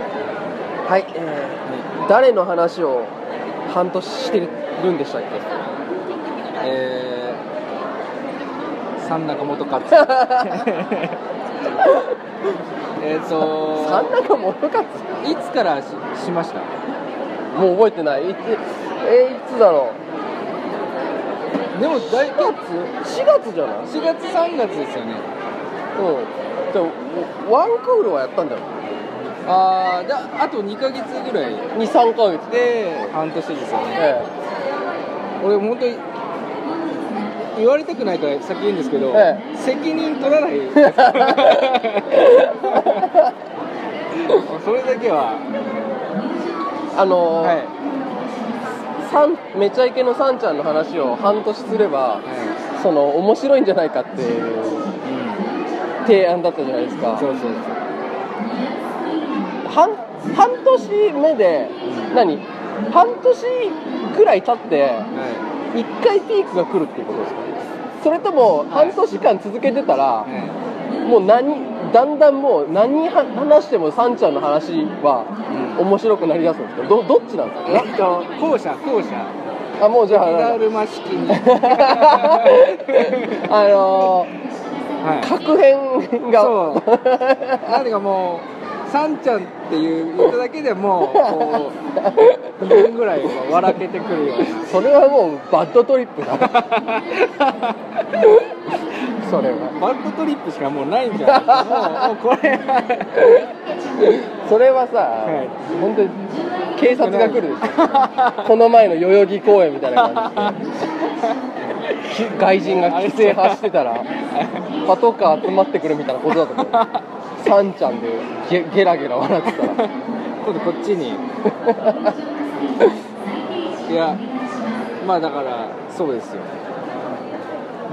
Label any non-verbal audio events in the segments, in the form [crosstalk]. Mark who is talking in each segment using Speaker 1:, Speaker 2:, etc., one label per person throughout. Speaker 1: はい、えー、誰の話を半年してるんでしたっけ [laughs]
Speaker 2: えー、三中元勝えっと
Speaker 1: 三中物勝
Speaker 2: いつからししました
Speaker 1: もう覚えてないいつえーいつだろう
Speaker 2: でも大
Speaker 1: 4月
Speaker 2: 4
Speaker 1: 4月じゃないうん
Speaker 2: 月3月ですよね
Speaker 1: じゃあワンクールはやったんじゃない
Speaker 2: ああじゃああと2ヶ月ぐらい
Speaker 1: 23ヶ月
Speaker 2: で半年ですよね
Speaker 1: え [laughs]
Speaker 2: 俺本当に言われたくないから先言うんですけど、
Speaker 1: え
Speaker 2: 責任取らないそれだけは、
Speaker 1: えあの
Speaker 2: はい
Speaker 1: ーさんめちゃイケのさんちゃんの話を半年すれば
Speaker 2: は
Speaker 1: その面白いんじゃないかっていう
Speaker 2: いうん
Speaker 1: 提案だったじゃないですか
Speaker 2: そうそうそう。
Speaker 1: 半半年目で何半年くらい経って
Speaker 2: は
Speaker 1: 1回ピークが来るっていうことですかそれとも半年間続けてたら
Speaker 2: い。
Speaker 1: もう何だんだんもう何は話してもさんちゃんの話は
Speaker 2: は
Speaker 1: 面白くなりだすんですかどどっちなん
Speaker 2: い。え
Speaker 1: で
Speaker 2: っと、後者、後者。
Speaker 1: すかあもうじゃあ
Speaker 2: 気だ
Speaker 1: なんか
Speaker 2: るま式に。
Speaker 1: [laughs] あの
Speaker 2: は
Speaker 1: 確変
Speaker 2: い。
Speaker 1: が [laughs]
Speaker 2: そう。なんでかもう、さんちゃんっていう言っただけでもう、こう、2分ぐらいは笑けてくるような。
Speaker 1: それはもうバッドトリップだ
Speaker 2: [laughs]
Speaker 1: それは
Speaker 2: バッドトリップしかもうないんじゃないもう、もうこれ
Speaker 1: それはさ、
Speaker 2: はい
Speaker 1: 本当に警察が来るで
Speaker 2: [laughs]
Speaker 1: しょこの前の代々木公園みたいな感じで外人が規制走ってたらパトカー集まってくるみたいなことだと思うサンちゃんでゲゲラゲラ笑ってたら
Speaker 2: 今度こっちに。いや、まあだから、そうですよ。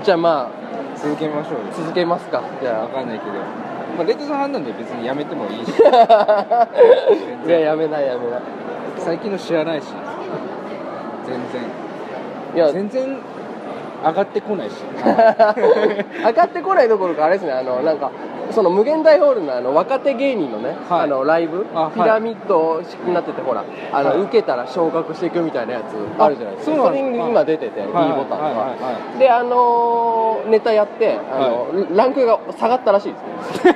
Speaker 1: じゃあま
Speaker 2: 続けましょうよ
Speaker 1: あ。続けますかじ
Speaker 2: わ [laughs]
Speaker 1: ゃ
Speaker 2: かんないけど、まあ、レッドさん派なんで別にやめてもいいし
Speaker 1: あいや
Speaker 2: 全然
Speaker 1: やめないやめない
Speaker 2: 最近の知らないし全
Speaker 1: いや
Speaker 2: 然全然上がっ
Speaker 1: [laughs]
Speaker 2: てこないし
Speaker 1: 上がってこないどころかあれですねあのなんかその無限大ホールのあの若手芸人のね、
Speaker 2: はい
Speaker 1: あのライブピ
Speaker 2: あはい
Speaker 1: ラミッド式になっててほらあの、
Speaker 2: はい
Speaker 1: 受けたら昇格していくみたいなやつあるじゃないですか
Speaker 2: そう
Speaker 1: そ
Speaker 2: なんで
Speaker 1: れ
Speaker 2: すか
Speaker 1: に今出てて、いい、
Speaker 2: はい
Speaker 1: ボタンとか、
Speaker 2: はいはい
Speaker 1: であのーネタやってあの、ランクが下がったらしいですね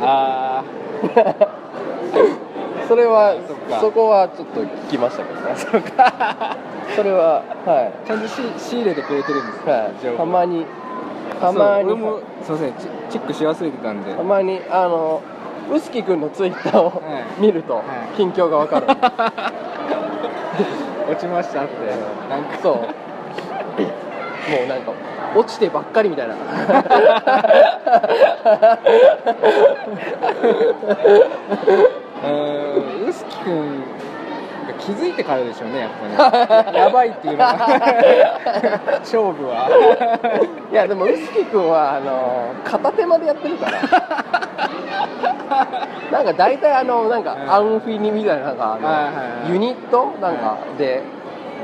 Speaker 2: あ
Speaker 1: それは
Speaker 2: そっか
Speaker 1: そこはちょっと聞きましたけ
Speaker 2: [laughs]
Speaker 1: どねそれはは
Speaker 2: あちゃんとし仕入れてくれてるんです
Speaker 1: い、
Speaker 2: か、
Speaker 1: はい、た
Speaker 2: た
Speaker 1: まにたまに
Speaker 2: 俺もすいませんチチェックし忘れてたんで
Speaker 1: たまにあの臼杵君のツイッターを
Speaker 2: はい
Speaker 1: 見ると
Speaker 2: はい
Speaker 1: 近況がわ
Speaker 2: [laughs]
Speaker 1: かる、
Speaker 2: 落ちましたってなんか
Speaker 1: そうもうなんか落ちてばっかりみ
Speaker 2: [laughs]
Speaker 1: たいな
Speaker 2: うーん臼木君が気づいてからでしょうねやっ
Speaker 1: [laughs]
Speaker 2: ぱねやばいっていうのが勝負はい
Speaker 1: やでも臼杵君はあの片手間でやってるから
Speaker 2: [laughs]
Speaker 1: なんか大体あのなん
Speaker 2: はい
Speaker 1: かアンフィニみたいななんかあの
Speaker 2: はいはいはい
Speaker 1: ユニットなんかで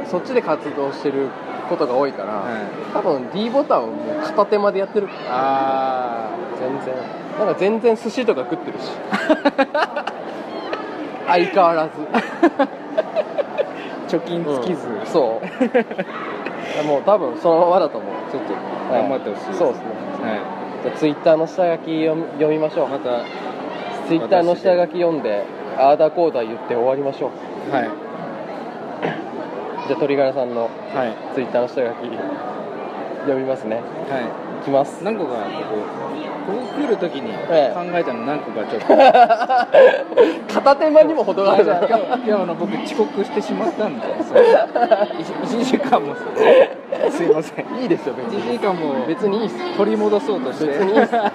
Speaker 1: そっちで活動してることが多いから、
Speaker 2: はい
Speaker 1: 多分 D ボタンをもう片手間でやってる
Speaker 2: あ
Speaker 1: 全然なんか全然寿司とか食って
Speaker 2: [laughs]
Speaker 1: るし相変わらず
Speaker 2: あ貯金尽きず、
Speaker 1: うんそうもう多分そのままだと思う
Speaker 2: ちょっと
Speaker 1: はい
Speaker 2: 頑張ってほしい、
Speaker 1: そうですね
Speaker 2: は
Speaker 1: じゃあツイッターの下書き読み読みましょ
Speaker 2: いま
Speaker 1: う
Speaker 2: た
Speaker 1: ツイッターの下書き読んでああだこうだ言って終わりましょう
Speaker 2: はい
Speaker 1: じゃあ鳥柄さんの
Speaker 2: はい
Speaker 1: ツイッターの下書き読みますね
Speaker 2: はい
Speaker 1: きます
Speaker 2: [laughs] 何個かここここ来るときに考
Speaker 1: ええ
Speaker 2: えたの何個かちょっと、
Speaker 1: 片手間にも程があるじゃない
Speaker 2: 今日今日あの僕遅刻してしまった
Speaker 1: [laughs]
Speaker 2: んでそう 1, 時間もすいません
Speaker 1: いいですよ別
Speaker 2: 1
Speaker 1: に
Speaker 2: 時間も
Speaker 1: 別にいいっす
Speaker 2: 取り戻そうとして [laughs]
Speaker 1: 別にいいっす
Speaker 2: そ
Speaker 1: いいっ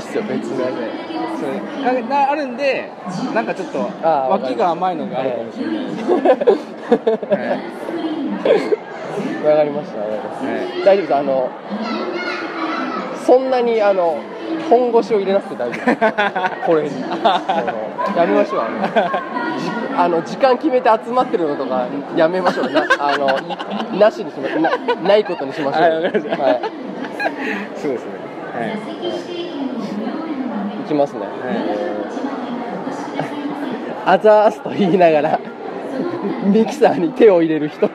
Speaker 1: すよ別に
Speaker 2: うななあるんでなんかちょっと
Speaker 1: あわかりました
Speaker 2: 脇が甘いのがあるかもしれない
Speaker 1: [laughs]
Speaker 2: です、はい
Speaker 1: わかりましたわかりました
Speaker 2: はい
Speaker 1: 大丈夫ですあのそんなにあの本腰を入れなくて大丈夫これにあのやめましょうあのじあの時間決めて集まってるのとかやめましょうなあのなしにしましょうなないことにしましょう、
Speaker 2: はいわかりました
Speaker 1: はい、
Speaker 2: そうですね。
Speaker 1: いきますね、アザースと言いながらミキサーに手を入れる人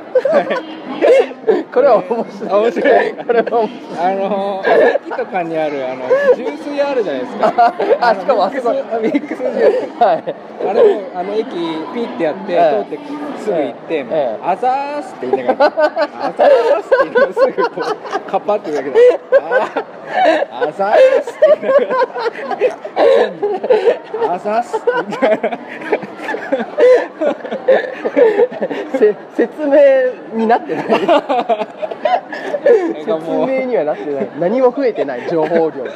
Speaker 1: これは面白い
Speaker 2: 面白い
Speaker 1: これは面白い
Speaker 2: はい。あのー、駅とかにあるあの純粋あるじゃないですか。
Speaker 1: あしかもあそこ
Speaker 2: ミックスジュース。
Speaker 1: はい
Speaker 2: あれもあの駅ピッてやって、
Speaker 1: ええ
Speaker 2: 通ってすぐ行って、
Speaker 1: ええ
Speaker 2: アザースって言いながらアザースって言いながらすぐこうカッパって言うだけであーアザースって言いながらアザースって言い
Speaker 1: [laughs]
Speaker 2: ながら
Speaker 1: せ説明になってない
Speaker 2: なん
Speaker 1: 説
Speaker 2: かもう
Speaker 1: 明にはなって [laughs] ない何も増えてない情報量 [laughs] が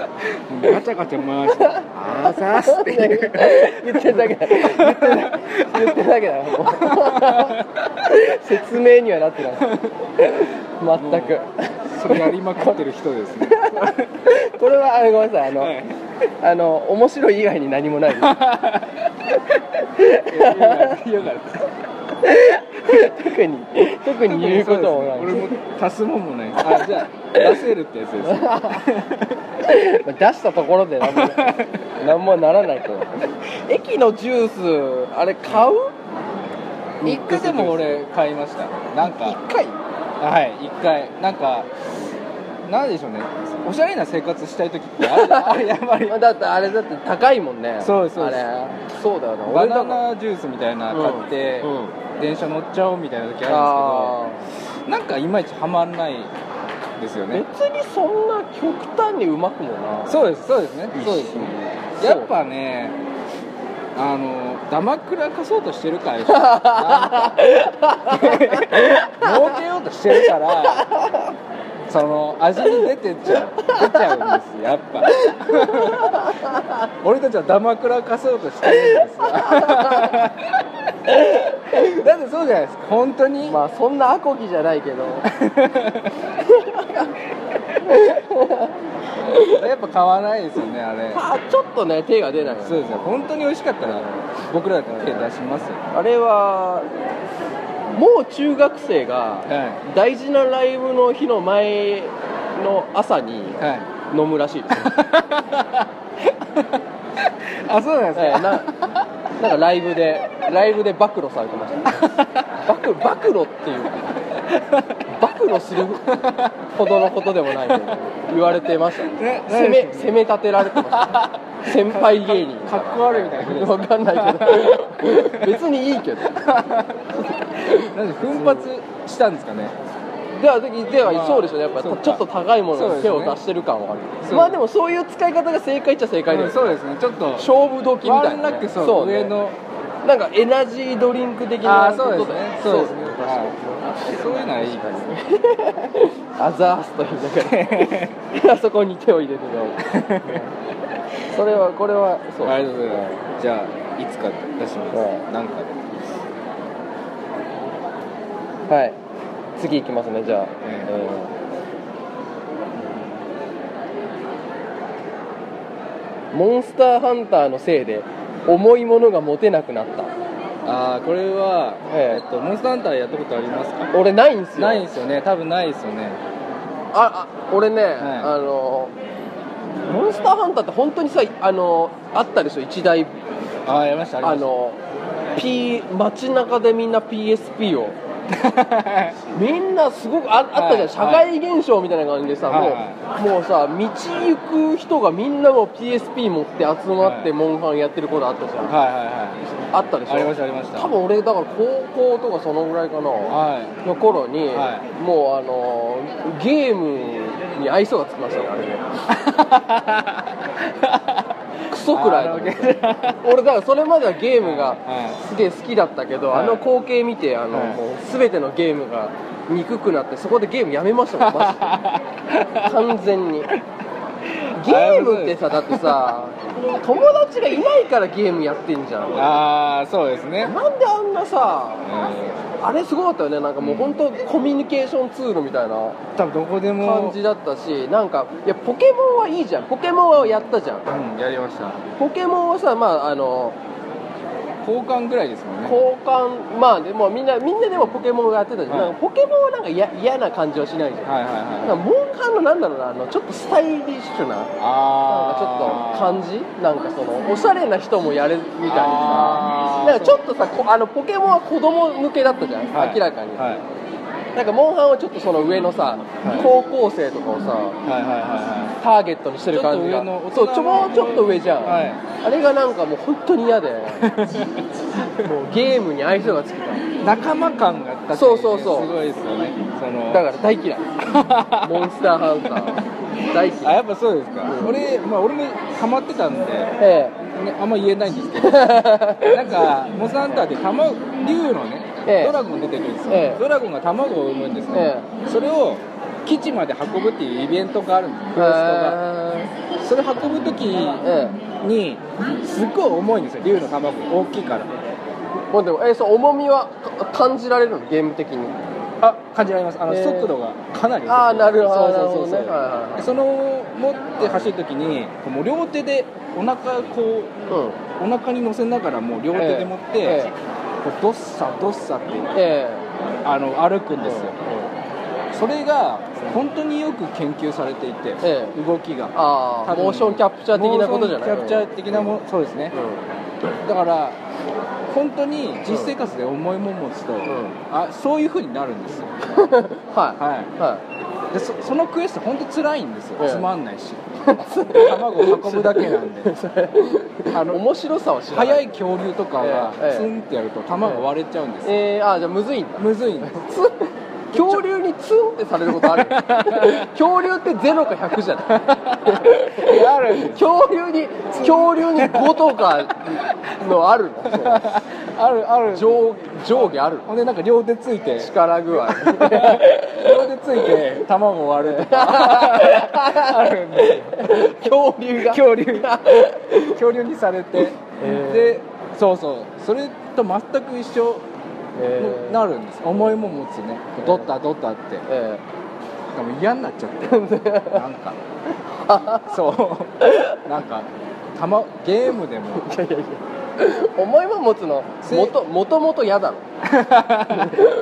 Speaker 2: ガチャガチャ回してアザースって言いながら
Speaker 1: 言ってるだけだ言ってるだけ言ってるだけだもう説明にはなってない全
Speaker 2: それやりまくってる人ですね
Speaker 1: くこれはあのごめんなさいあの、
Speaker 2: はい
Speaker 1: あの面白い以外に何もないです
Speaker 2: よかったよかった
Speaker 1: 特に特に言うこともない
Speaker 2: 俺も足すもんもないあじゃあ出せるってやつですね
Speaker 1: 出したところで何も何もならないと駅のジュースあれ買う
Speaker 2: 一回でも俺買いましたなんか
Speaker 1: 一回
Speaker 2: はい一回なんかなんでしょうねおしゃれな生活したい時ってあるじゃん [laughs] あれやっ
Speaker 1: [laughs]
Speaker 2: ぱり
Speaker 1: だってあれだって高いもんね
Speaker 2: そうですそうです
Speaker 1: あれそうだよな
Speaker 2: バ
Speaker 1: だ
Speaker 2: ナ
Speaker 1: から
Speaker 2: ナジュースみたいなの買って、
Speaker 1: うんうん
Speaker 2: 電車乗っちゃおうみたいな時あ
Speaker 1: あ
Speaker 2: るんですけどなんかいまいちハマんないですよ
Speaker 1: ー
Speaker 2: ね
Speaker 1: 別にそんな極端にうまくもな
Speaker 2: そうですそうですねそうです
Speaker 1: す
Speaker 2: やっぱねあのダマくらかそうとしてるからでしょなんか儲けようとしてるからその味に出てっちゃう出ちゃうんですやっぱ俺たちはダマくらかそうとしてるんですよ [laughs] だってそうじゃないですか本当に、
Speaker 1: まあそんなアコギじゃないけ
Speaker 2: [laughs]
Speaker 1: ど
Speaker 2: やっぱ買わないですよねあれ
Speaker 1: あちょっとね手が出ないよね
Speaker 2: そうですね本当に美味しかったら僕らだって手出しますよ、
Speaker 1: あれはもう中学生が
Speaker 2: は
Speaker 1: 大事なライブの日の前の朝に
Speaker 2: いはい
Speaker 1: 飲むらしい
Speaker 2: [laughs]
Speaker 1: ですよ
Speaker 2: あそうなんです
Speaker 1: ええ
Speaker 2: か、
Speaker 1: ななんかライブでライブで暴露されてま
Speaker 2: [laughs]
Speaker 1: した暴暴露っていう [laughs] 暴露するほどのことでもないけど言われてましたね
Speaker 2: ね
Speaker 1: 攻
Speaker 2: 何
Speaker 1: め攻め立てられてました先輩芸人
Speaker 2: かっこ悪いみたいなことです
Speaker 1: 分かんないけど [laughs] 別にいいけど
Speaker 2: [laughs] なんで奮発したんですかね
Speaker 1: ではででは、
Speaker 2: まあ
Speaker 1: そうでしょうねやっぱ
Speaker 2: そうか
Speaker 1: ちょっと高いものに手
Speaker 2: そう
Speaker 1: を
Speaker 2: ですね
Speaker 1: 出してる感はある、
Speaker 2: そう
Speaker 1: まあでもそういう使い方が正解っちゃ正解だよね、
Speaker 2: そうですねちょっと
Speaker 1: 勝負時みた
Speaker 2: ワ
Speaker 1: い
Speaker 2: ン
Speaker 1: な
Speaker 2: ラ
Speaker 1: ね、
Speaker 2: ックそう
Speaker 1: ね
Speaker 2: 上の
Speaker 1: なんかエナジードリンク的
Speaker 2: あ
Speaker 1: な
Speaker 2: あそうです
Speaker 1: ことだよ
Speaker 2: ねそうですね
Speaker 1: そう
Speaker 2: はいそういうのはいいですね
Speaker 1: アザースと言いながらあそこに手を入れるのそれはこれはそう
Speaker 2: ありがとうございますじゃあいつか出します、
Speaker 1: はい
Speaker 2: なんかで、
Speaker 1: はい次行きますねじゃあ、
Speaker 2: え
Speaker 1: えーモンスターハンターのせいで重いものが持てなくなった
Speaker 2: ああこれは、
Speaker 1: え
Speaker 2: え
Speaker 1: え
Speaker 2: っとモンスターハンターやったことありますか
Speaker 1: 俺ないんすよ
Speaker 2: ないですよね多分ないですよね
Speaker 1: ああ俺ね、あのモンスターハンターって本当にさあのあったでしょ一台
Speaker 2: ああやりましたあり
Speaker 1: あ
Speaker 2: まし
Speaker 1: の、P、街中でみんな PSP
Speaker 2: [laughs]
Speaker 1: を
Speaker 2: た
Speaker 1: みんなすごくああったじゃん、
Speaker 2: はい
Speaker 1: 社会現象みたいな感じでさ、
Speaker 2: はい
Speaker 1: もうもうさ道行く人がみんなもう PSP 持って集まっ
Speaker 2: は
Speaker 1: て
Speaker 2: い
Speaker 1: モンハンやってる頃あったじゃん、
Speaker 2: はいはい
Speaker 1: あったでしょ
Speaker 2: はいありましたありました
Speaker 1: 多分俺だから高校とかそのぐらいかな、
Speaker 2: は
Speaker 1: の頃に、
Speaker 2: は
Speaker 1: もうあのゲームに愛想がつきましたねあれねクソくらいだもん
Speaker 2: あー
Speaker 1: [laughs] 俺だからそれまではゲームが
Speaker 2: は
Speaker 1: すげえ好きだったけど、
Speaker 2: はい
Speaker 1: あの光景見てあの、
Speaker 2: はい
Speaker 1: もう全てのゲームが
Speaker 2: [laughs]
Speaker 1: 憎くなってそこでゲームやめましたもんマジで完全にゲームってさだって
Speaker 2: [laughs]
Speaker 1: さ友達がいないからゲームやってんじゃん
Speaker 2: ああそうですね、
Speaker 1: なんであんなさ
Speaker 2: うん、
Speaker 1: あれすごかったよねなんかもう本当コミュニケーションツールみたいな
Speaker 2: 多分どこでも
Speaker 1: 感じだったしなんかいやポケモンはいいじゃんポケモンはやったじゃん
Speaker 2: うん、やりました
Speaker 1: ポケモンはさまああの
Speaker 2: 交換ぐらいですもんね
Speaker 1: 交換まあでもみんなみんなでもポケモンがやってたじゃん,、
Speaker 2: はい
Speaker 1: なんかポケモンはなんかや嫌な感じはしないじゃん、
Speaker 2: はいはい
Speaker 1: な
Speaker 2: は
Speaker 1: ん
Speaker 2: い
Speaker 1: かモンハンのなんだろうなあのちょっとスタイリッシュななんかち
Speaker 2: ああ
Speaker 1: ょっと感じなんかそのおしゃれな人もやるみたいなさ
Speaker 2: あー
Speaker 1: なんかちょっとさこあのポケモンは子供向けだったじゃん、
Speaker 2: はい
Speaker 1: 明らかに、
Speaker 2: はい
Speaker 1: なんかモンハンはちょっとその上のさ、
Speaker 2: い
Speaker 1: 高校生とかをさ
Speaker 2: はいはいはい
Speaker 1: ターゲットにしてる感じが
Speaker 2: ちょっと上の大人
Speaker 1: そう
Speaker 2: の
Speaker 1: ちょもうちょっと上じゃん、
Speaker 2: はい
Speaker 1: あれがなんかもう本当に嫌でもうゲームに相性がつきた
Speaker 2: 仲間感が高い
Speaker 1: そうそうそう
Speaker 2: すごいですよねその
Speaker 1: だから大嫌いモンスターハンター大
Speaker 2: [laughs] あ
Speaker 1: 嫌い
Speaker 2: やっぱそうですか、
Speaker 1: うん
Speaker 2: 俺まあ俺もハマってたんで、ね、
Speaker 1: え [laughs]
Speaker 2: あんま言えないんですけど
Speaker 1: え
Speaker 2: なんかモンスターハンターって卵竜のね、
Speaker 1: ええ
Speaker 2: ドラゴン出てくるんですよ、
Speaker 1: ええ
Speaker 2: ドラゴンが卵を産むんですね、
Speaker 1: え
Speaker 2: それを基地まで運ぶっていうイベントがあるんですクエストがそれ運ぶ時
Speaker 1: え
Speaker 2: にすっごい重いんですよ竜の卵大きいから
Speaker 1: えもうでもえそう重みはか感じられるのゲーム的に
Speaker 2: あ感じられますあの
Speaker 1: ええ
Speaker 2: 速度がかなり遅く
Speaker 1: あーなるほど
Speaker 2: そうそうそうそう、
Speaker 1: なるほどねはいはいはい
Speaker 2: その持って走る時にこうもう両手でお腹こう
Speaker 1: うん
Speaker 2: お腹に乗せながらもう両手で持って、
Speaker 1: ええ
Speaker 2: こうドッサドッサって
Speaker 1: え
Speaker 2: あの歩くん
Speaker 1: え
Speaker 2: です
Speaker 1: う
Speaker 2: よ、
Speaker 1: んうん
Speaker 2: それが本当によく研究されていて、
Speaker 1: え
Speaker 2: 動きが
Speaker 1: ああ
Speaker 2: 多分
Speaker 1: モーションキャプチャー的なことじゃない
Speaker 2: モーションキャプチャー的なものそうですね
Speaker 1: う、ん
Speaker 2: だから本当に実生活で重いもの持つと、
Speaker 1: ん
Speaker 2: あそういうふうになるんですよ、
Speaker 1: は
Speaker 2: はい
Speaker 1: はい
Speaker 2: い、でそそのクエスト本当辛いんですよ、
Speaker 1: ええ
Speaker 2: つま
Speaker 1: [laughs]
Speaker 2: んないし卵を運ぶだけなんであの
Speaker 1: [laughs] 面白さは知らない
Speaker 2: 速い恐竜とかが
Speaker 1: ええ
Speaker 2: ツンってやると卵割れちゃうんですよ、
Speaker 1: えー、あーじゃあむずい
Speaker 2: [laughs]
Speaker 1: んだ
Speaker 2: むずいんです
Speaker 1: つ恐竜にツンってされる
Speaker 2: [laughs]
Speaker 1: ことある恐竜って0か100じゃない
Speaker 2: あるんです
Speaker 1: 恐竜に恐竜に5とかのあるの
Speaker 2: [laughs] あるある
Speaker 1: そう上上下ある
Speaker 2: ほんでなんか両手ついて
Speaker 1: 力具 [laughs] 合
Speaker 2: [laughs] 両手ついて卵割
Speaker 1: [laughs]
Speaker 2: れるとかあるんです
Speaker 1: [laughs]
Speaker 2: よ
Speaker 1: 恐竜が
Speaker 2: 恐竜恐竜にされて、
Speaker 1: え
Speaker 2: でそうそうそれと全く一緒
Speaker 1: え
Speaker 2: に
Speaker 1: ー
Speaker 2: なるんです、思いも持つね
Speaker 1: えー
Speaker 2: ドッタドッタって
Speaker 1: え
Speaker 2: でも嫌になっちゃってなん
Speaker 1: [laughs]
Speaker 2: かそうなんかたまゲー
Speaker 1: [laughs]
Speaker 2: ムでも
Speaker 1: ーいやいやいや思いも持つの
Speaker 2: せ
Speaker 1: もともともと嫌だろ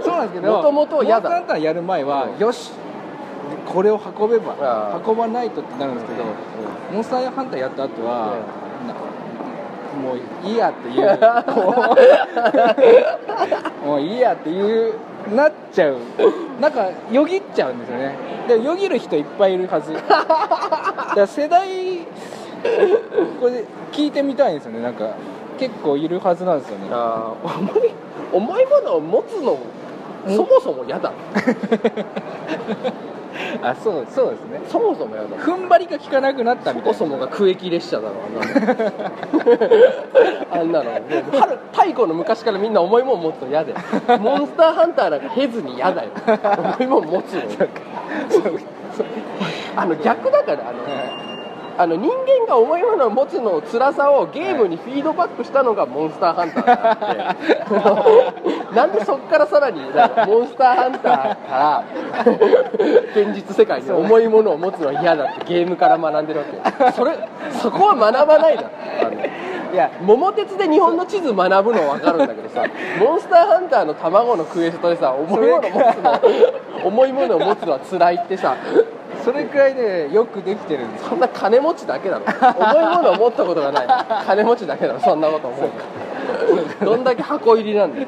Speaker 2: そうなんですけど
Speaker 1: 元々は嫌だ
Speaker 2: モンスターハンターやる前は、
Speaker 1: うん
Speaker 2: よしこれを運べば
Speaker 1: あー
Speaker 2: 運ばないとってなるんですけど、モンスターハンターやった後は、なもういいやっていう [laughs] こうもういいやっていうなっちゃうなんかよぎっちゃうんですよねでもよぎる人いっぱいいる [laughs] はずだから世代これ聞いてみたいんですよねなんか結構いるはずなんですよね
Speaker 1: あー重い重いものを持つのそもそも嫌だ
Speaker 2: あそうそうですね
Speaker 1: そもそも嫌だ
Speaker 2: 踏ん張りが効かなくなったみ
Speaker 1: そ
Speaker 2: たい
Speaker 1: もそもが
Speaker 2: な
Speaker 1: 区域列車だろあんなのあんなのはる太古の昔からみんな重いもん持つの嫌でモンスターハンターなんか経ずに嫌だよ重いもん持つのあの逆だからあのあの人間が重いものを持つのを辛さをゲームにフィードバックしたのがモンスターハンターだってなんでそっからさらになんかモンスターハンターから現実世界に重いものを持つのは嫌だってゲームから学んでるわけよそれそこは学ばないだろあの
Speaker 2: [laughs] いや
Speaker 1: 桃鉄で日本の地図学ぶのは分かるんだけどさモンスターハンターの卵のクエストでさ重いものを持つの重いものを持つのは辛いってさ
Speaker 2: それくらいねよくできてるんですよ
Speaker 1: そんな金持ちだけだろ重いものを持ったことがない金持ちだけだろそんなこと思うからどんだけ箱入りなんだよ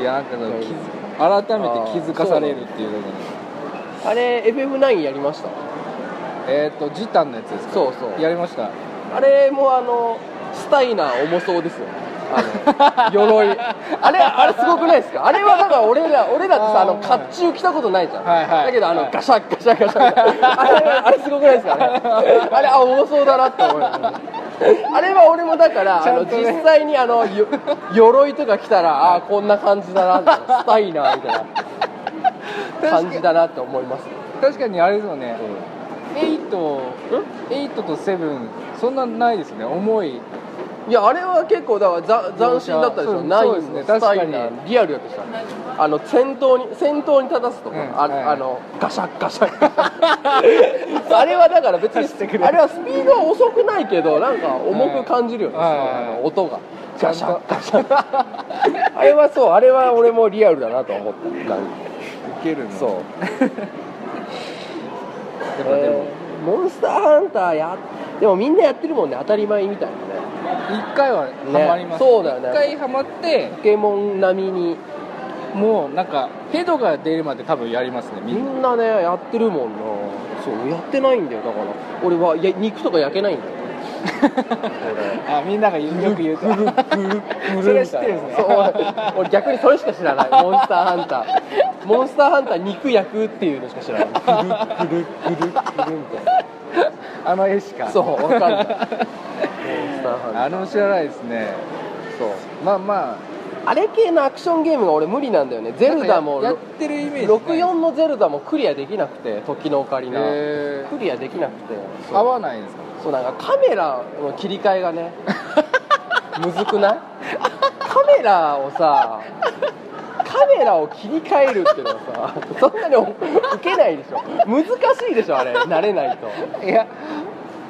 Speaker 2: いやなんかその気づ改めて気づかされるっていうのが
Speaker 1: あれ FM9 やりました
Speaker 2: えっ、とジタンのやつですか
Speaker 1: そうそう
Speaker 2: やりました
Speaker 1: あれもあのスタイナー重そうですよねあの
Speaker 2: [laughs]
Speaker 1: 鎧あれあれすごくないですかあれはだから俺ら俺らってさあ
Speaker 2: あー
Speaker 1: の甲冑着たことないじゃん、
Speaker 2: はいはい
Speaker 1: だけどあの、
Speaker 2: はい
Speaker 1: ガシャガシャガシャあれあれすごくないですかねあれあ重そうだなって思うあれは俺もだから、あの
Speaker 2: ちゃんとね
Speaker 1: 実際にあのよ鎧とか着たらあーこんな感じだなってスタイナーみたいな感じだなって思います
Speaker 2: 確かにあれですよね、
Speaker 1: うん
Speaker 2: えいっト8と7そんなないですね重い
Speaker 1: いやあれは結構だからざ斬新だったでし
Speaker 2: そ
Speaker 1: ょ
Speaker 2: う
Speaker 1: ナイ
Speaker 2: そうです
Speaker 1: ン
Speaker 2: ね
Speaker 1: のスタイ
Speaker 2: 確か
Speaker 1: ルリアルやったでしょあの先頭に先頭に立たすとか、
Speaker 2: うん
Speaker 1: あ
Speaker 2: はい
Speaker 1: あの [laughs] ガシャッガシャッガシャッあれはだから別 [laughs] にあれはスピードは遅くないけどなんか重く感じるよね、
Speaker 2: はい
Speaker 1: その
Speaker 2: はい
Speaker 1: あ
Speaker 2: はい
Speaker 1: の音が
Speaker 2: ちゃ
Speaker 1: ガ
Speaker 2: ん
Speaker 1: シ
Speaker 2: と
Speaker 1: ャッガシャッ [laughs] あれはそうあれは俺もリアルだなと思ったなんか
Speaker 2: けるの
Speaker 1: そう
Speaker 2: う、でもでも
Speaker 1: えーモンスターハンターやでもみんなやってるもんね当たり前みたいなね
Speaker 2: 一回はハマります、
Speaker 1: ねそうだよね
Speaker 2: 一回ハマって
Speaker 1: ポケモン並みに
Speaker 2: もうなんかヘドが出るまで多分やりますねみ
Speaker 1: み
Speaker 2: んなん
Speaker 1: なねやってるもんなそうやってないんだよだから俺はいや肉とか焼けないんだよ
Speaker 2: あみんなが言うよく言うと
Speaker 1: 俺
Speaker 2: それは知ってるんですね
Speaker 1: そう俺俺逆にそれしか知らないモンスターハンターモンスターハンター肉焼くっていうのしか知らないぐるぐるぐるぐるみたいな
Speaker 2: [laughs] あの絵しか
Speaker 1: そうわかるモンスターハンター
Speaker 2: [laughs] あの知らないですね
Speaker 1: そう
Speaker 2: まあまあ
Speaker 1: あれ系のアクションゲームが俺無理なんだよねゼルダも
Speaker 2: なんかややってるイメージない
Speaker 1: 64のゼルダもクリアできなくて時のオカリナ
Speaker 2: へー
Speaker 1: クリアできなくてそう
Speaker 2: 合わないんですか
Speaker 1: そうなんかカメラの切り替えが
Speaker 2: [laughs]
Speaker 1: ねむずくないカメラをさカメラを切り替えるっていうのはさそんなにお受けないでしょ難しいでしょあれ慣れないと
Speaker 2: いや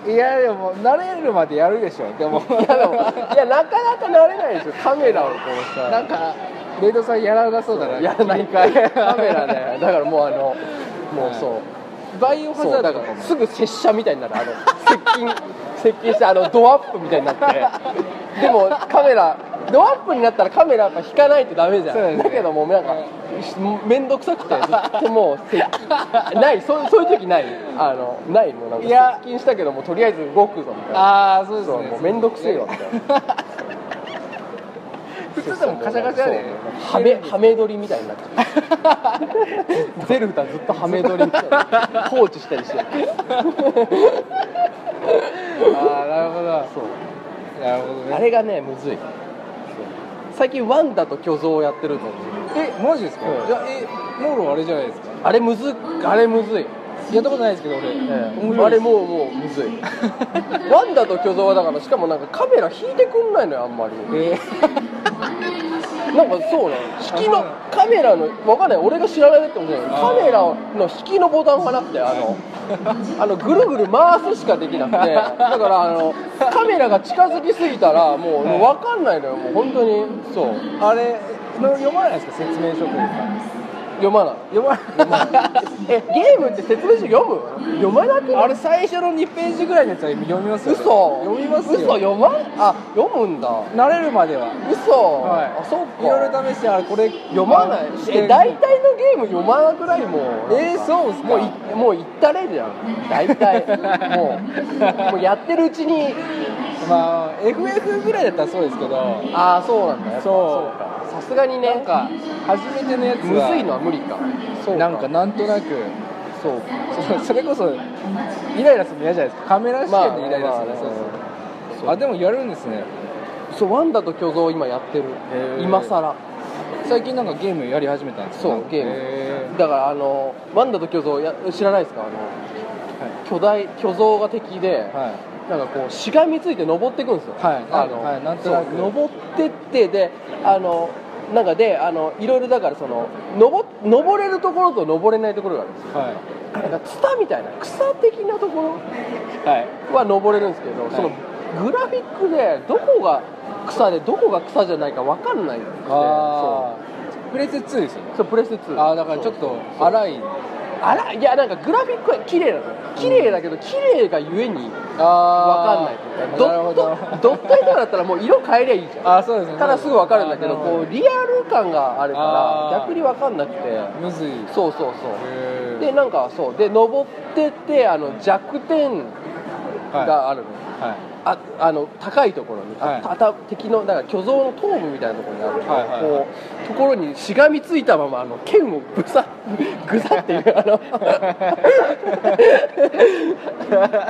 Speaker 2: いやでも慣れるまでやるでしょでも
Speaker 1: いやでもいやなかなか慣れないでしょカメラをこうさ
Speaker 2: なんかレイドさんやらなそうだな
Speaker 1: やらないかいカメラ [laughs] ねだからもうあのもうそう、
Speaker 2: バイオハ
Speaker 1: そ
Speaker 2: ザ
Speaker 1: う
Speaker 2: ード
Speaker 1: だ
Speaker 2: と
Speaker 1: か
Speaker 2: からも
Speaker 1: すぐ拙者みたいになるあの接近 [laughs] 接近してあのドアップみたいになってでもカメラドアップになったらカメラやっぱ引かないとダメじゃん、
Speaker 2: そうですね
Speaker 1: だけどもうなんか面倒くさくてずっともう接近 [laughs] ないそうそういう時ないあのないもうなん
Speaker 2: いや
Speaker 1: か接近したけどもうとりあえず動くぞみたいな
Speaker 2: ああそうです
Speaker 1: そう
Speaker 2: ね
Speaker 1: もう面倒くせえわみたいな
Speaker 2: 普通でもカシャカシャで
Speaker 1: ハメハメ撮りみたいになっちゃうゼルダずっとハメ撮りみたいな放置したりしてる
Speaker 2: ああなるほ
Speaker 1: そう
Speaker 2: どなるほど
Speaker 1: あ
Speaker 2: ね
Speaker 1: れがねむずい最近ワンダと巨像をやってるの
Speaker 2: えマジですか
Speaker 1: うん
Speaker 2: いやえモーローあれじゃないですか
Speaker 1: あれむずあれむずい、
Speaker 2: やったことないですけど俺面白い
Speaker 1: あれもうもうむずいワンダと巨像はだからしかもなんかカメラ引いてくんないのよあんまり
Speaker 2: [laughs] え
Speaker 1: なんかそうなの引きの
Speaker 2: あそうなの
Speaker 1: カメラのわかんない俺が知らないってことじゃないカメラの引きのボタンがなくてあのあのぐるぐる回すしかできなくてだからあのカメラが近づきすぎたらもうもうわかんないのよもう本当にそう
Speaker 2: あれの読まないですか説明書というか
Speaker 1: 読まない
Speaker 2: 読まない
Speaker 1: [laughs] えゲームって説明書読む読まなくない
Speaker 2: あれ最初の2ページぐらいのやつは読みますよ
Speaker 1: 嘘
Speaker 2: 読みますよ
Speaker 1: 嘘読まあ読むんだ
Speaker 2: 慣れるまでは
Speaker 1: 嘘、
Speaker 2: はい
Speaker 1: あそうか
Speaker 2: いろいろ試してあれこれ
Speaker 1: 読まないえ大体のゲーム読まなくないもう
Speaker 2: えーそうっすか
Speaker 1: もういもう言ったれじゃん大体
Speaker 2: [laughs]
Speaker 1: もうもうやってるうちに
Speaker 2: まあ FF ぐらいだったらそうですけど
Speaker 1: ああそうなんだやっぱ
Speaker 2: そう
Speaker 1: そうかさすがにね
Speaker 2: なんか初めてのやつ
Speaker 1: む
Speaker 2: は
Speaker 1: ずいのは無理かそう
Speaker 2: なんかなんとなく
Speaker 1: そうか
Speaker 2: そそれこそイライラするの嫌じゃないですかカメラ試験でイライラする
Speaker 1: まあまあまあ
Speaker 2: そうそう
Speaker 1: そう
Speaker 2: あでもやるんですね
Speaker 1: そうワンダと巨像を今やってる
Speaker 2: へー
Speaker 1: 今更
Speaker 2: 最近なんかゲームやり始めたんですよ
Speaker 1: そう
Speaker 2: なんか
Speaker 1: ゲーム
Speaker 2: へ
Speaker 1: だからあのワンダと巨像や知らないですかあの、巨大巨像が敵で、
Speaker 2: ーはい
Speaker 1: なんかこうしがみついて登っていくんですよ、
Speaker 2: はい
Speaker 1: あの、
Speaker 2: はいなんとなく
Speaker 1: そう登ってってであのなんかであのいろいろだからその登登れるところと登れないところがあるんですよ
Speaker 2: は
Speaker 1: なんかツタみたいな草的なところ
Speaker 2: いはい
Speaker 1: は登れるんですけど、
Speaker 2: い
Speaker 1: そのグラフィックでどこが草でどこが草じゃないか分かんないんでそ
Speaker 2: ああプレス2ですよね
Speaker 1: うそうプレステ2
Speaker 2: ああだからちょっと荒い
Speaker 1: あらいやなんかグラフィックは綺麗なんですよ綺麗だけど綺麗がゆえに分かん
Speaker 2: あ
Speaker 1: ないとい
Speaker 2: ー
Speaker 1: うか
Speaker 2: なるほど
Speaker 1: ドットドット絵とかだったらもう色変えりゃいいじゃん
Speaker 2: あーそうですね
Speaker 1: からすぐ分かるんだけど
Speaker 2: あーなる
Speaker 1: こ
Speaker 2: ほ
Speaker 1: うリアル感があるか
Speaker 2: あー
Speaker 1: ら逆に分かんなくて
Speaker 2: むずい
Speaker 1: そうそうそうで
Speaker 2: へ
Speaker 1: なんかそうで登ってってあの弱点
Speaker 2: ーは
Speaker 1: があるの、
Speaker 2: いはい
Speaker 1: ああの高いところに、
Speaker 2: はい
Speaker 1: あたた敵のだから巨像の頭部みたいなところにある、
Speaker 2: はいはいはい
Speaker 1: こうところにしがみついたままあの剣をぶさ [laughs] ぐさっていうあの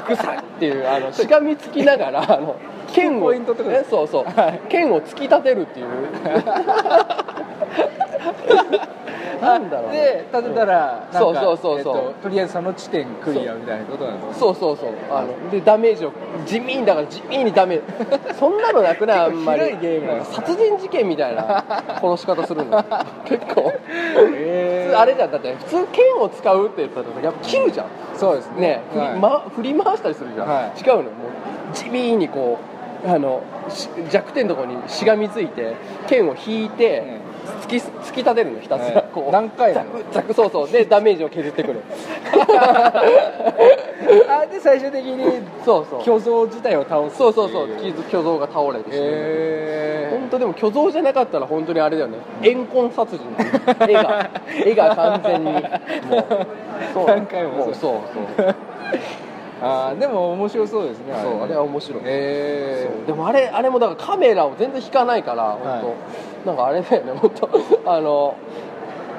Speaker 1: ぐさっていうあのしがみつきながらあの剣を
Speaker 2: ポイントってことです
Speaker 1: えそうそう、
Speaker 2: はい [laughs]
Speaker 1: 剣を突き立てるっていうなんだろうね
Speaker 2: で立てたらなんか
Speaker 1: そうそうそうそう
Speaker 2: えっととりあえずその地点クリアみたいなことなんです
Speaker 1: そうそうそうあのでダメージを地味にだから地味にダメ [laughs] そんなのなくないあんまり
Speaker 2: 広いゲームなんです
Speaker 1: 殺人事件みたいな殺し方する
Speaker 2: [laughs]
Speaker 1: の結構普
Speaker 2: え
Speaker 1: 通あれじゃんだって普通剣を使うって言ったらやっぱ切るじゃん
Speaker 2: そうですね
Speaker 1: ね振り,、
Speaker 2: はい
Speaker 1: ま、振り回したりするじゃん、
Speaker 2: は
Speaker 1: 違うのよもう地味にこうあのし弱点のとこにしがみついて剣を引いて、突き突き立てるのひたすら
Speaker 2: はい
Speaker 1: こう、
Speaker 2: 何
Speaker 1: [laughs]
Speaker 2: 回
Speaker 1: ザ
Speaker 2: なの
Speaker 1: クザクそうそうでダメージを削ってくる
Speaker 2: [laughs] あで最終的に
Speaker 1: そうそう
Speaker 2: 巨像自体を倒す
Speaker 1: そうそうそう
Speaker 2: ってい
Speaker 1: 傷巨像が倒れて死ぬ、
Speaker 2: へ
Speaker 1: 本当でも虚像じゃなかったら本当にあれだよね怨恨殺
Speaker 2: [laughs]
Speaker 1: 人絵が絵が完全にもうそう
Speaker 2: 何回
Speaker 1: う
Speaker 2: も
Speaker 1: そうそうそう
Speaker 2: ー [laughs] あーでも面白そうですね
Speaker 1: あれは面白い、
Speaker 2: え
Speaker 1: そうでもあれあれもだからカメラを全然引かないから
Speaker 2: はい
Speaker 1: 本当、なんかあれだよね本当あの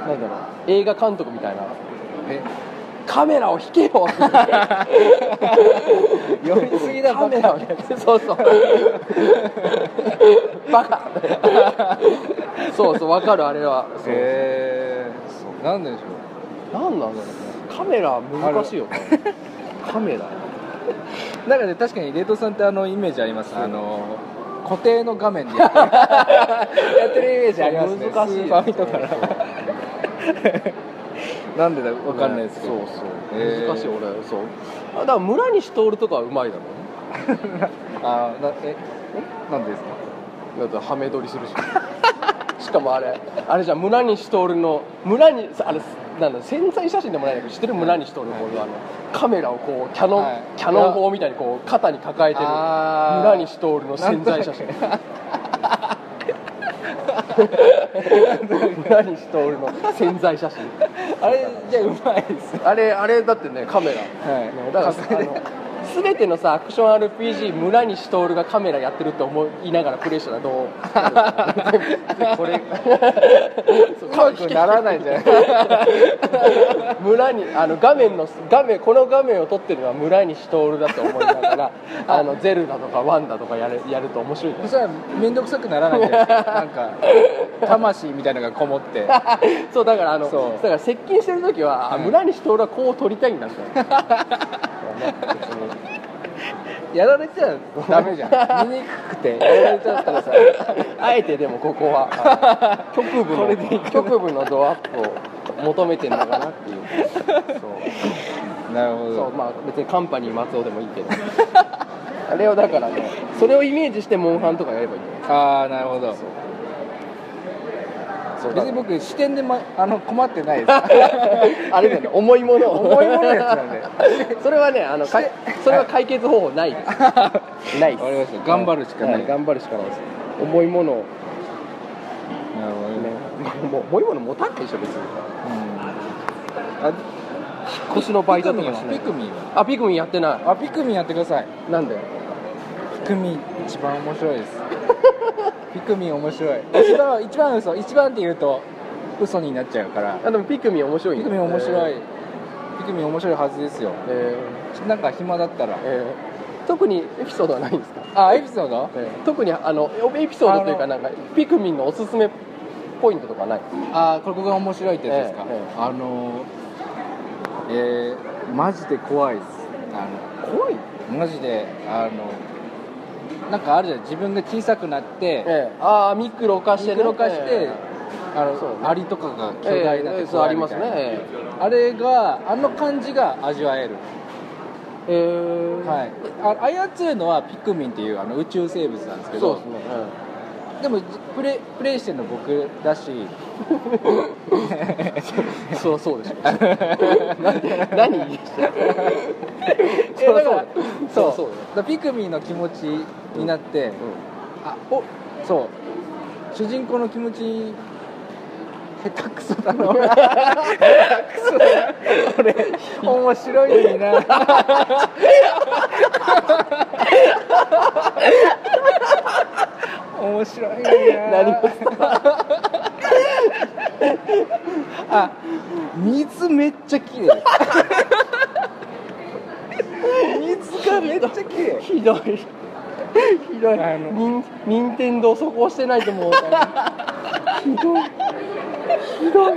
Speaker 1: なんだろう映画監督みたいな
Speaker 2: え
Speaker 1: カメラを引け [laughs] よ
Speaker 2: 寄りすぎだ
Speaker 1: カメラを引けそうそうバカそうそうわかるあれはそう
Speaker 2: へえなんででしょ
Speaker 1: なんなんだろうねカメラ難しいよねカメ [laughs] ラ
Speaker 2: うなんかね確かにレイトさんってあのイメージありますあの固定の画面でやってるやってるイメージありますね
Speaker 1: 難しい
Speaker 2: ス
Speaker 1: よね
Speaker 2: ーパーミトから [laughs] なんでだわかんないですけど、
Speaker 1: そうそう、
Speaker 2: へー
Speaker 1: 難しい俺そうあだから村西徹とかはうまいだろうね
Speaker 2: あーなええなんでですか
Speaker 1: だってハメ撮りするし [laughs] しかもあれあれじゃん村西徹の村にあれなんだ潜在写真でもないんだけど知ってる村西徹のこういうあのカメラをこうキャノン、
Speaker 2: はい
Speaker 1: キャノン砲みたいにこう肩に抱えてる
Speaker 2: あー
Speaker 1: 村西徹の潜在写真 [laughs] 村西徹の潜在写真
Speaker 2: あれじゃあうまいです
Speaker 1: あれあれだってねカメラ
Speaker 2: はい
Speaker 1: だからさあの全てのさアクション RPG 村西徹がカメラやってるって思いながらプレイしたらどうこれ [laughs]
Speaker 2: うまくならないんじゃない
Speaker 1: [laughs] 村にあの画面の画面この画面を撮ってるのは村西徹だと思いながらあのゼルダとかワンダとかやるやると面白いじゃ
Speaker 2: そ
Speaker 1: ん
Speaker 2: したら面倒くさくならないじゃないですかなん
Speaker 1: [laughs]
Speaker 2: か魂みたいなのがこもって
Speaker 1: そうだからあの
Speaker 2: そう
Speaker 1: だから接近してる時は、あ
Speaker 2: うん
Speaker 1: 村西徹はこう撮りたいんだみたい
Speaker 2: [laughs]
Speaker 1: なそうね
Speaker 2: やられち
Speaker 1: [laughs]
Speaker 2: ゃダメじゃん見にくくてやられちゃったらさ
Speaker 1: あえてでもここはあの [laughs] 局部
Speaker 2: これでいい
Speaker 1: の局部のドアップを求めてるのかなっていうそう
Speaker 2: なるほ
Speaker 1: そうまあ別にカンパニー松尾でもいい
Speaker 2: [laughs]
Speaker 1: けどあれをだからねそれをイメージしてモンハンとかやればいいよ
Speaker 2: ああなるほど
Speaker 1: そう
Speaker 2: 別
Speaker 1: だ
Speaker 2: に
Speaker 1: から
Speaker 2: 僕視点で、ま、あの困ってないで
Speaker 1: [laughs]
Speaker 2: す
Speaker 1: あれだよね重いものを
Speaker 2: 重いものやつなんで
Speaker 1: [laughs] それはねあのかいそれは解決方法
Speaker 2: [laughs]
Speaker 1: ないですないです
Speaker 2: わかりました頑張るしかない
Speaker 1: は頑張るしかないです重いものを、ね、
Speaker 2: なるほど [laughs] ね、
Speaker 1: もう重いもの持たないでしょ別に
Speaker 2: あ
Speaker 1: 腰のバイトとかしない
Speaker 2: ピクミンは
Speaker 1: あピクミンやってな
Speaker 2: あピクミンやってください
Speaker 1: いなんで
Speaker 2: ピクミン一番面白いですピクミン面白い一番一番嘘一番って言うと嘘になっちゃうから
Speaker 1: あでもピクミン面白い
Speaker 2: ピ
Speaker 1: ね
Speaker 2: クミン面白い、
Speaker 1: えー
Speaker 2: ピクミン面白いはずですよ
Speaker 1: え
Speaker 2: なんか暇だったら
Speaker 1: ーえー特にエピソードはないんですか、
Speaker 2: あエピソード
Speaker 1: 特にあのエピソードというか
Speaker 2: あ
Speaker 1: なんかピクミンのおすすめポイントとかない
Speaker 2: あここが面白いってやつですか、
Speaker 1: ええええ
Speaker 2: あのえー、マジで怖いですあ
Speaker 1: 怖い
Speaker 2: のマジであのなんかあるじゃん自分が小さくなって、
Speaker 1: ええああミクロ化してね
Speaker 2: ミクロ化して、
Speaker 1: え
Speaker 2: あ
Speaker 1: そうね
Speaker 2: のアリとかが
Speaker 1: え
Speaker 2: 巨大になって
Speaker 1: ええそうあ
Speaker 2: 怖い
Speaker 1: り
Speaker 2: み
Speaker 1: ま
Speaker 2: た
Speaker 1: す
Speaker 2: い
Speaker 1: ね
Speaker 2: な、
Speaker 1: ええ
Speaker 2: あれがあの感じが味わえる、
Speaker 1: えー
Speaker 2: はい、あ操るのはピクミンっていうあの宇宙生物なんですけ
Speaker 1: そう
Speaker 2: ど
Speaker 1: ですね、
Speaker 2: でもプレプレイしてるの僕だし
Speaker 1: ええそりゃそうでしょ [laughs] 何何言い出した
Speaker 2: [laughs] えだから
Speaker 1: [laughs] そ
Speaker 2: そうう
Speaker 1: そう
Speaker 2: だからピクミンの気持ちになって、あおそう主人公の気持ち下手くそだな俺面白いのに [laughs] な面白いのにな
Speaker 1: なりました
Speaker 2: あ水めっちゃ綺麗 [laughs] 水がめっちゃ綺麗
Speaker 1: ひどいひどい
Speaker 2: あの
Speaker 1: 任任天堂そこ押してないと思うからひどいひどい